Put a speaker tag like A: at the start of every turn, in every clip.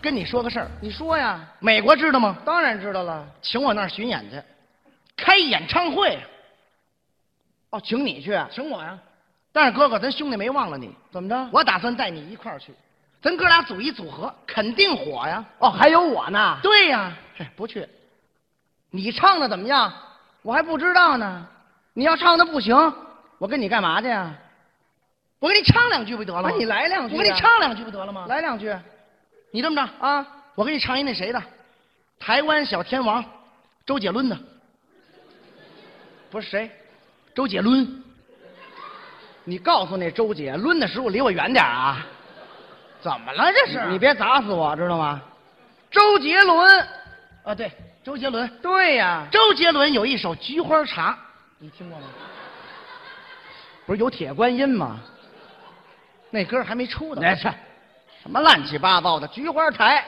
A: 跟你说个事儿，
B: 你说呀，
A: 美国知道吗？
B: 当然知道了。
A: 请我那儿巡演去，开演唱会，啊
B: 哦，请你去，
A: 请我呀。但是哥哥，咱兄弟没忘了你，
B: 怎么着？
A: 我打算带你一块儿去，咱哥俩组一组合，肯定火呀。
B: 哦，还有我呢，
A: 对呀，嘿不去，你唱的怎么样？
B: 我还不知道呢。
A: 你要唱的不行，
B: 我跟你干嘛去呀？
A: 我给你唱两句不得了吗？
B: 啊你来两句啊
A: 我给你唱两句不得了吗？，
B: 来两句
A: 嗯你这么着，
B: 啊。
A: 我给你唱一那谁的，台湾小天王，周杰伦的，
B: 不是谁，
A: 周杰伦。
B: 你告诉那周姐，抡的时候离我远点啊！
A: 怎么了这
B: 你
A: 你别
B: 别砸死我，知道吗？周杰伦，
A: 啊，对，周杰伦。
B: 对呀，
A: 周杰伦有一首《菊花茶》，
B: 你听过吗？
A: 不是有铁观音吗？那歌还没出呢。
B: 那是
A: 什么乱七八糟的？菊花台，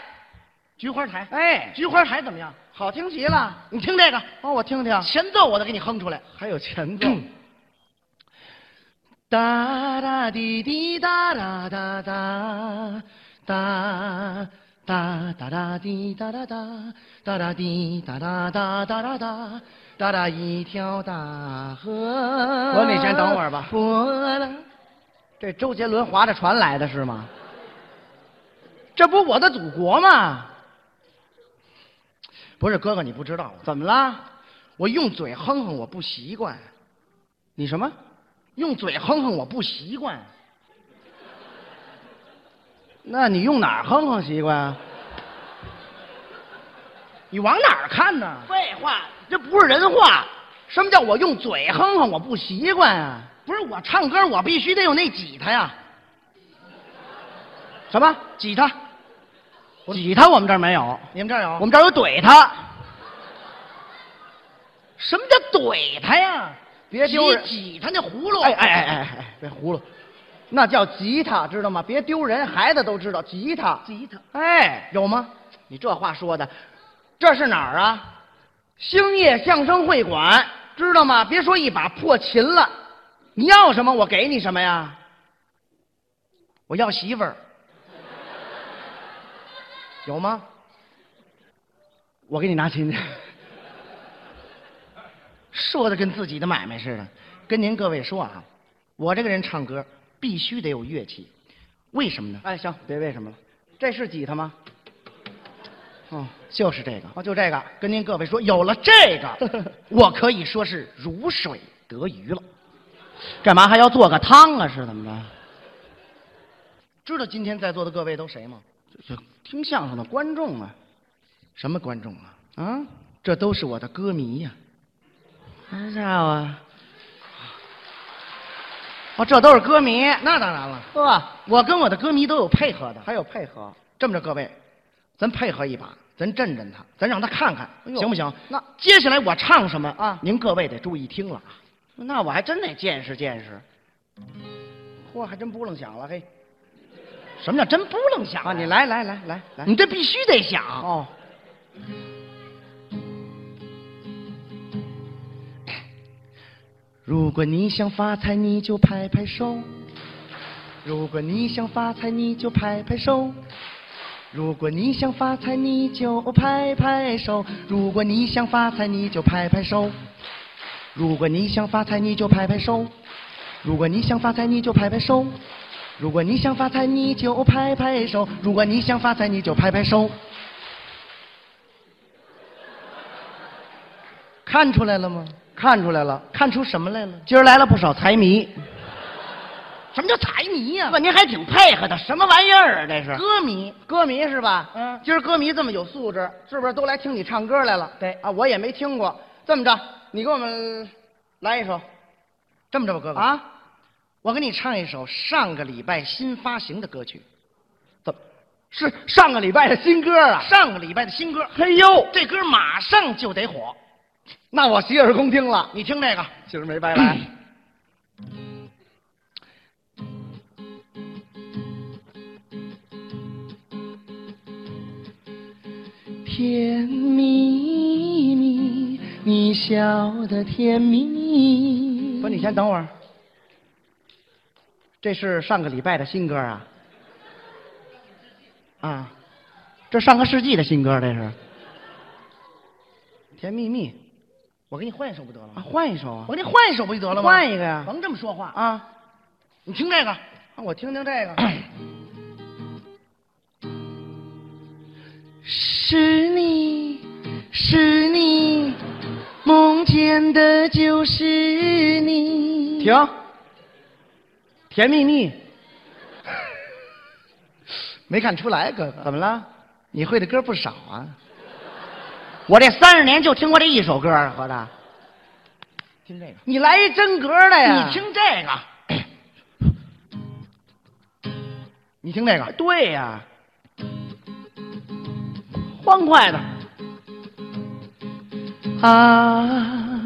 A: 菊花台，
B: 哎，
A: 菊花台怎么样？
B: 好听极了，
A: 你听这个
B: 帮我听听。
A: 前奏，我都给你哼出来。
B: 还有前
A: 哒哒滴滴哒哒哒哒哒哒哒哒滴哒哒哒哒哒滴哒哒哒哒哒哒哒哒一条大河。
B: 我你先等会儿吧
A: 波浪
B: 这周杰伦划着船来的是吗？这不我的祖国吗？
A: 不是哥哥，你不知道，
B: 怎么了？
A: 我用嘴哼哼我不习惯，
B: 你什么？
A: 用嘴哼哼我不习惯。
B: 那你用哪儿哼哼习惯啊？
A: 你往哪儿看呢？
B: 废话，
A: 这不是人话。什么叫我用嘴哼哼我不习惯啊？不是我唱歌，我必须得有那吉他呀。
B: 什么？
A: 吉他，
B: 吉他我们这儿没有，
A: 你们这儿有？
B: 我们这儿有怼他。
A: 什么叫怼他呀？
B: 别丢人
A: 挤吉他那葫芦。
B: 哎哎哎哎哎，别葫芦，那叫吉他，知道吗？别丢人，孩子都知道吉他。
A: 吉他
B: 哎，
A: 有吗？
B: 你这话说的，这是哪儿啊？兴业相声会馆，知道吗？别说一把破琴了，你要什么我给你什么呀？
A: 我要媳妇儿。有吗？
B: 我给你拿琴去。
A: 说的跟自己的买卖似的。跟您各位说啊，我这个人唱歌必须得有乐器，为什么呢？
B: 哎，行，别为什么了，这是吉他吗？哦，
A: 就是这个。
B: 哦，就这个。
A: 跟您各位说，有了这 个，我可以说是如水得鱼了。
B: 干嘛还要做个汤啊？是怎么着？
A: 知道今天在座的各位都谁吗？
B: 听相声的观众啊，
A: 什么观众啊？
B: 啊，
A: 这都是我的歌迷呀、
B: 那家伙，哦，这都是歌迷，
A: 那当然了，
B: 呵，
A: 我跟我的歌迷都有配合的。
B: 还有配合，
A: 这么着，各位，咱配合一把，咱震震他，咱让他看看，
B: 哎呦
A: 行不行？
B: 那
A: 接下来我唱什么
B: 啊
A: 您各位得注意听了啊。
B: 那我还真得见识见识。
A: 嚯，还真不楞响了嘿！什么叫真不楞响
B: 啊，你，来来来来来，
A: 你这必须得响。
B: 哦，
A: 如果你想发财，你就拍拍手；如果你想发财，你就拍拍手；如果你想发财，你就拍拍手；如果你想发财，你就拍拍手；如果你想发财，你就拍拍手；如果你想发财，你就拍拍手；如果你想发财，你就拍拍手；如果你想发财，你就拍拍手。看出来了吗？
B: 看出来了，
A: 看出什么来了？
B: 今儿来了不少财迷。
A: 什么叫财迷呀、
B: 不，您还挺配合的，什么玩意儿啊？这是
A: 歌迷，
B: 歌迷是吧？
A: 嗯
B: 今儿歌迷这么有素质，是不是都来听你唱歌来了？
A: 对
B: 啊，我也没听过。这么着，你给我们来一首
A: 这么着吧，哥哥，
B: 啊？
A: 我给你唱一首上个礼拜新发行的歌曲，
B: 怎么是上个礼拜的新歌啊？
A: 上个礼拜的新歌，
B: 嘿呦，
A: 这歌马上就得火。
B: 那我洗耳恭听了。
A: 你听这个，
B: 今儿没 白来，
A: 甜蜜蜜，你笑得甜蜜
B: 不，你先等会儿。这是上个礼拜的新歌啊？
A: 啊，这上个世纪的新歌，这是
B: 甜蜜蜜，
A: 我给你换一首不得了
B: 啊，换一首啊
A: 我，给你换一首不就得了吗？
B: 换一个呀
A: 甭这么说话啊！
B: 啊，
A: 你听这个，
B: 我听听这个，
A: 是你，是你，梦见的就是你。
B: 停，甜蜜蜜，
A: 没看出来，哥哥，
B: 怎么了？
A: 你会的歌不少啊。
B: 我这三十年就听过这一首歌啊，合着。
A: 听这个，
B: 你来一真格的呀？
A: 你听这个，你听这个，
B: 对呀、欢快的。
A: 啊，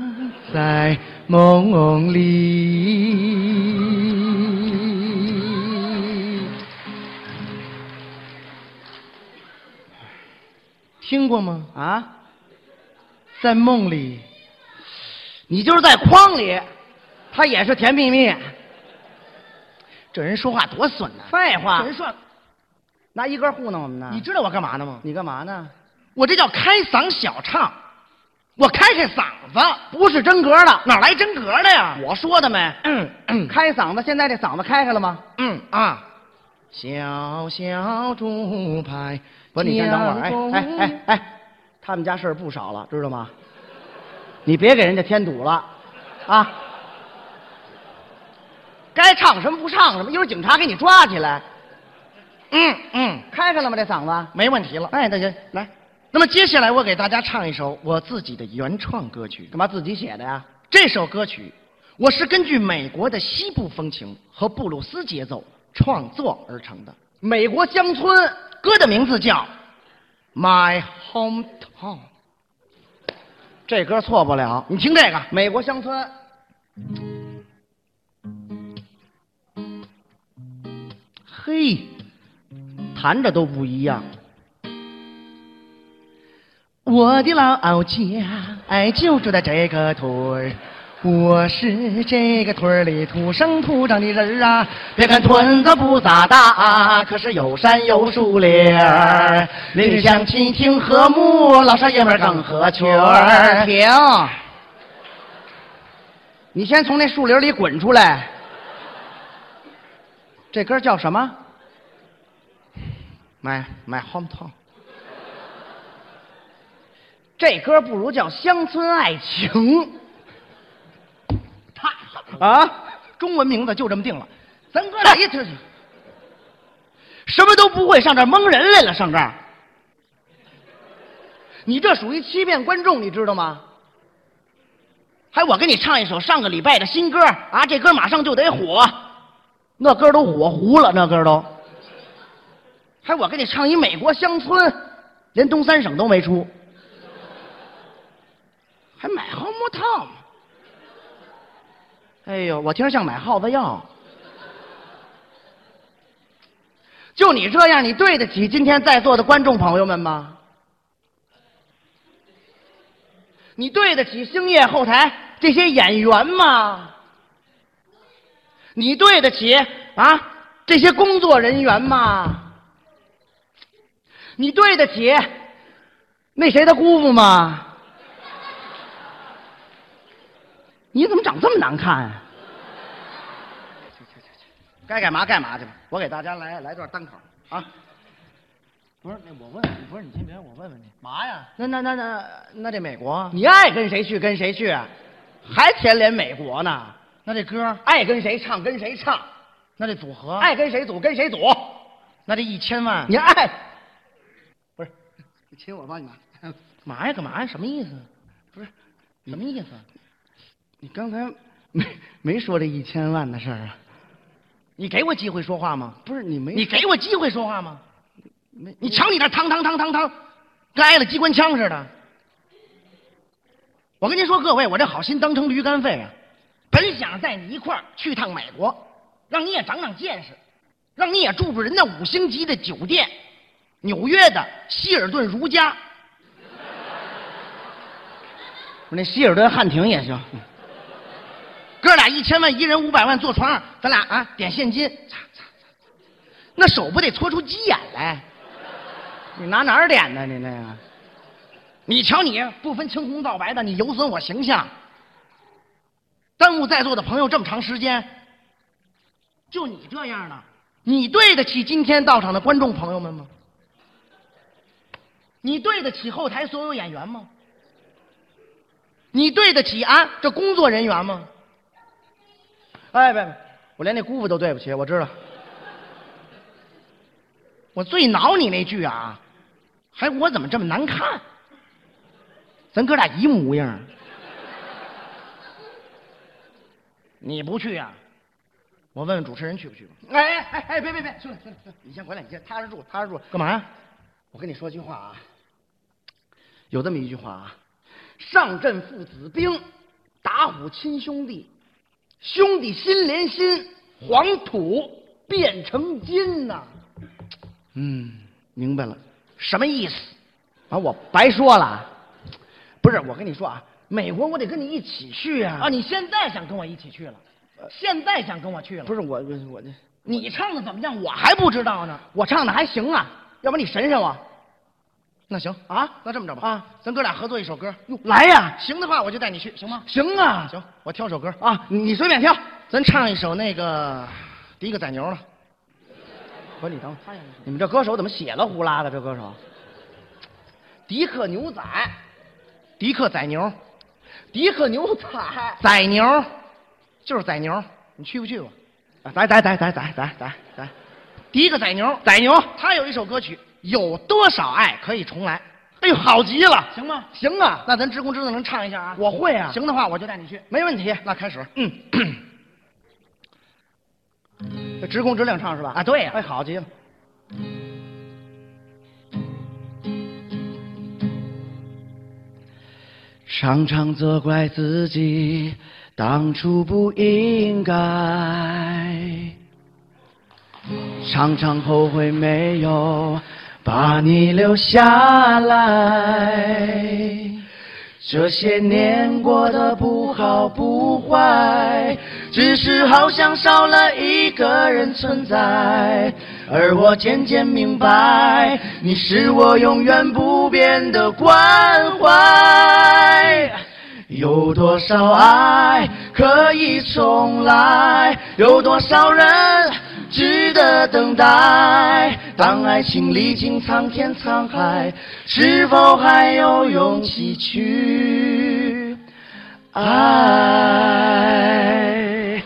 A: 在梦里。听过吗？
B: 啊，
A: 在梦里，
B: 你就是在筐里，它也是甜蜜蜜。
A: 这人说话多损呐、
B: 废话
A: 这，人说话，
B: 拿一根糊弄我们呢？
A: 你知道我干嘛呢吗？
B: 你干嘛呢？
A: 我这叫开嗓小唱，我开开嗓子，
B: 不是真格的，
A: 哪来真格的呀？
B: 我说的没。
A: 嗯嗯
B: 开嗓子，现在这嗓子开开了吗？
A: 嗯啊，小小竹排，
B: 不是，你先等会儿，
A: 江
B: 哎
A: 东
B: 哎哎哎，他们家事儿不少了，知道吗？你别给人家添堵了，啊！该唱什么不唱什么，一会儿警察给你抓起来。
A: 嗯嗯，
B: 开开了吗？这嗓子？
A: 没问题了。
B: 哎，大姐，来，
A: 那么接下来我给大家唱一首我自己的原创歌曲。
B: 干嘛自己写的呀？
A: 这首歌曲我是根据美国的西部风情和布鲁斯节奏创作而成的。
B: 美国乡村，
A: 歌的名字叫《My Hometown》。
B: 这歌错不了。
A: 你听这个，
B: 美国乡村，
A: 嘿，
B: 弹着都不一样。
A: 我的老家哎就住在这个屯儿。我是这个屯儿里土生土长的人儿啊，别看屯子不咋大啊，可是有山有树林儿，邻里乡亲挺和睦，老少爷们儿更合群儿。
B: 停！你先从那树林里滚出来。这歌叫什么？
A: 买买 hometown，
B: 这歌不如叫《乡村爱情》
A: 太好了，
B: 啊！
A: 中文名字就这么定了，
B: 咱哥俩一起，
A: 什么都不会，上这儿蒙人来了，上这儿。
B: 你这属于欺骗观众，你知道吗？
A: 还我给你唱一首上个礼拜的新歌啊，这歌马上就得火。
B: 那歌都火糊了，那歌都。
A: 还我给你唱一美国乡村，连东三省都没出，还买 home town，
B: 哎呦，我听着像买耗子药。
A: 就你这
B: 这样，你对得起今天在座的观众朋友们吗？你对得起星夜后台这些演员吗？啊你对得起啊这些工作人员吗？你对得起那谁的姑父吗？你怎么长这么难看、啊？
A: 该干嘛干嘛去吧，我给大家来来段单口啊。
C: 不是，那我问你，不是你先别，我问问你，
A: 嘛呀？
B: 那那那那那这美国，
A: 你
B: 你爱跟谁去跟谁去，啊还牵连美国呢？
A: 那这歌，
B: 爱跟谁唱跟谁唱，
A: 那这组合，
B: 爱跟谁组跟谁组，
A: 嗯那这一千万，
B: 哎你爱
A: 不是？你亲我吧你妈，
B: 嘛呀干嘛呀？什么意思？
A: 不是？什么意思？
B: 你刚才没没说这一千万的事儿啊？
A: 你给我机会说话吗？
B: 不是你没
A: 你给我机会说话吗？
B: 没
A: 你瞧你那汤汤汤汤汤，跟挨了机关枪似的。我跟您说，各位，我这好心当成驴肝肺啊！本想带哎你一块儿去趟美国，让你也长长见识，让你也住住人家五星级的酒店，纽约的希尔顿如家。
B: 我那希尔顿汉庭也行，
A: 哥俩一千万，一人五百万，坐床上，咱俩啊啊点现金，擦擦擦，那手不得搓出鸡眼来？
B: 你拿哪儿点的？你那个，你瞧你不分青红皂白的，你有损我形象，耽误在座的朋友这么长时间。就你这样的，你对得起今天到场的观众朋友们吗？你对得起后台所有演员吗？你对得起啊这工作人员吗？哎，别别，我连那姑父都对不起，我知道。 我最恼你那句啊，还我怎么这么难看？咱哥俩一模样儿。你不去呀、我问问主持人去不去吧。哎哎哎哎，别别别，兄弟兄弟兄弟，你先回来，你先踏实住，踏实住。干嘛呀？我跟你说句话啊，有这么一句话啊，上阵父子兵，打虎亲兄弟，兄弟心连心，黄土变成金呐、
A: 嗯，
B: 明白了，什么意思？啊，我白说了啊？不是，我跟你说啊，美国我得跟你一起去啊！呃啊，你现在想跟我一起去了？现在想跟我去了？
A: 不是我我我这
B: 你唱的怎么样？我还不知道呢。我唱的还行啊，要不然你审审我。那行啊，那这么着吧啊，咱哥俩合作一首歌。哟，来呀、行的话我就带你去，行吗？行啊，行，我挑首歌啊，你你随便挑，咱唱一首那个第一个宰牛的。不是你等会儿，你们这歌手怎么血了呼啦的？这歌手，迪克牛仔，迪克宰牛，迪克牛仔，宰牛，就是宰牛，你去不去吧？
A: 啊来来来来来来来来，
B: 第一个宰牛，宰牛，他有一首歌曲《有多少爱可以重来》。哎呦，好极了，行吗？行啊，那咱职工知道能唱一下啊？我会啊，行的话我就带你去，没问题。那开始，嗯， 这职工质量唱是吧？啊，对呀、哎，好极了。
A: 常常责怪自己当初不应该。常常后悔没有把你留下来。这些年过得不好不坏，只是好像少了一个人存在。而我渐渐明白，你是我永远不变的关怀。有多少爱可以重来？有多少人值得等待？当爱情历经苍天沧海，是否还有勇气去爱？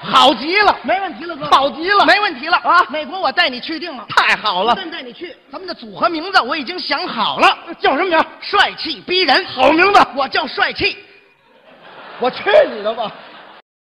B: 好极了，没问题了，哥，好极了，没问题了啊！美国我带你去定了，太好了，真带你去。咱们的组合名字我已经想好了，叫什么名？帅气逼人，好名字，我叫帅气。
C: 我去你的吧！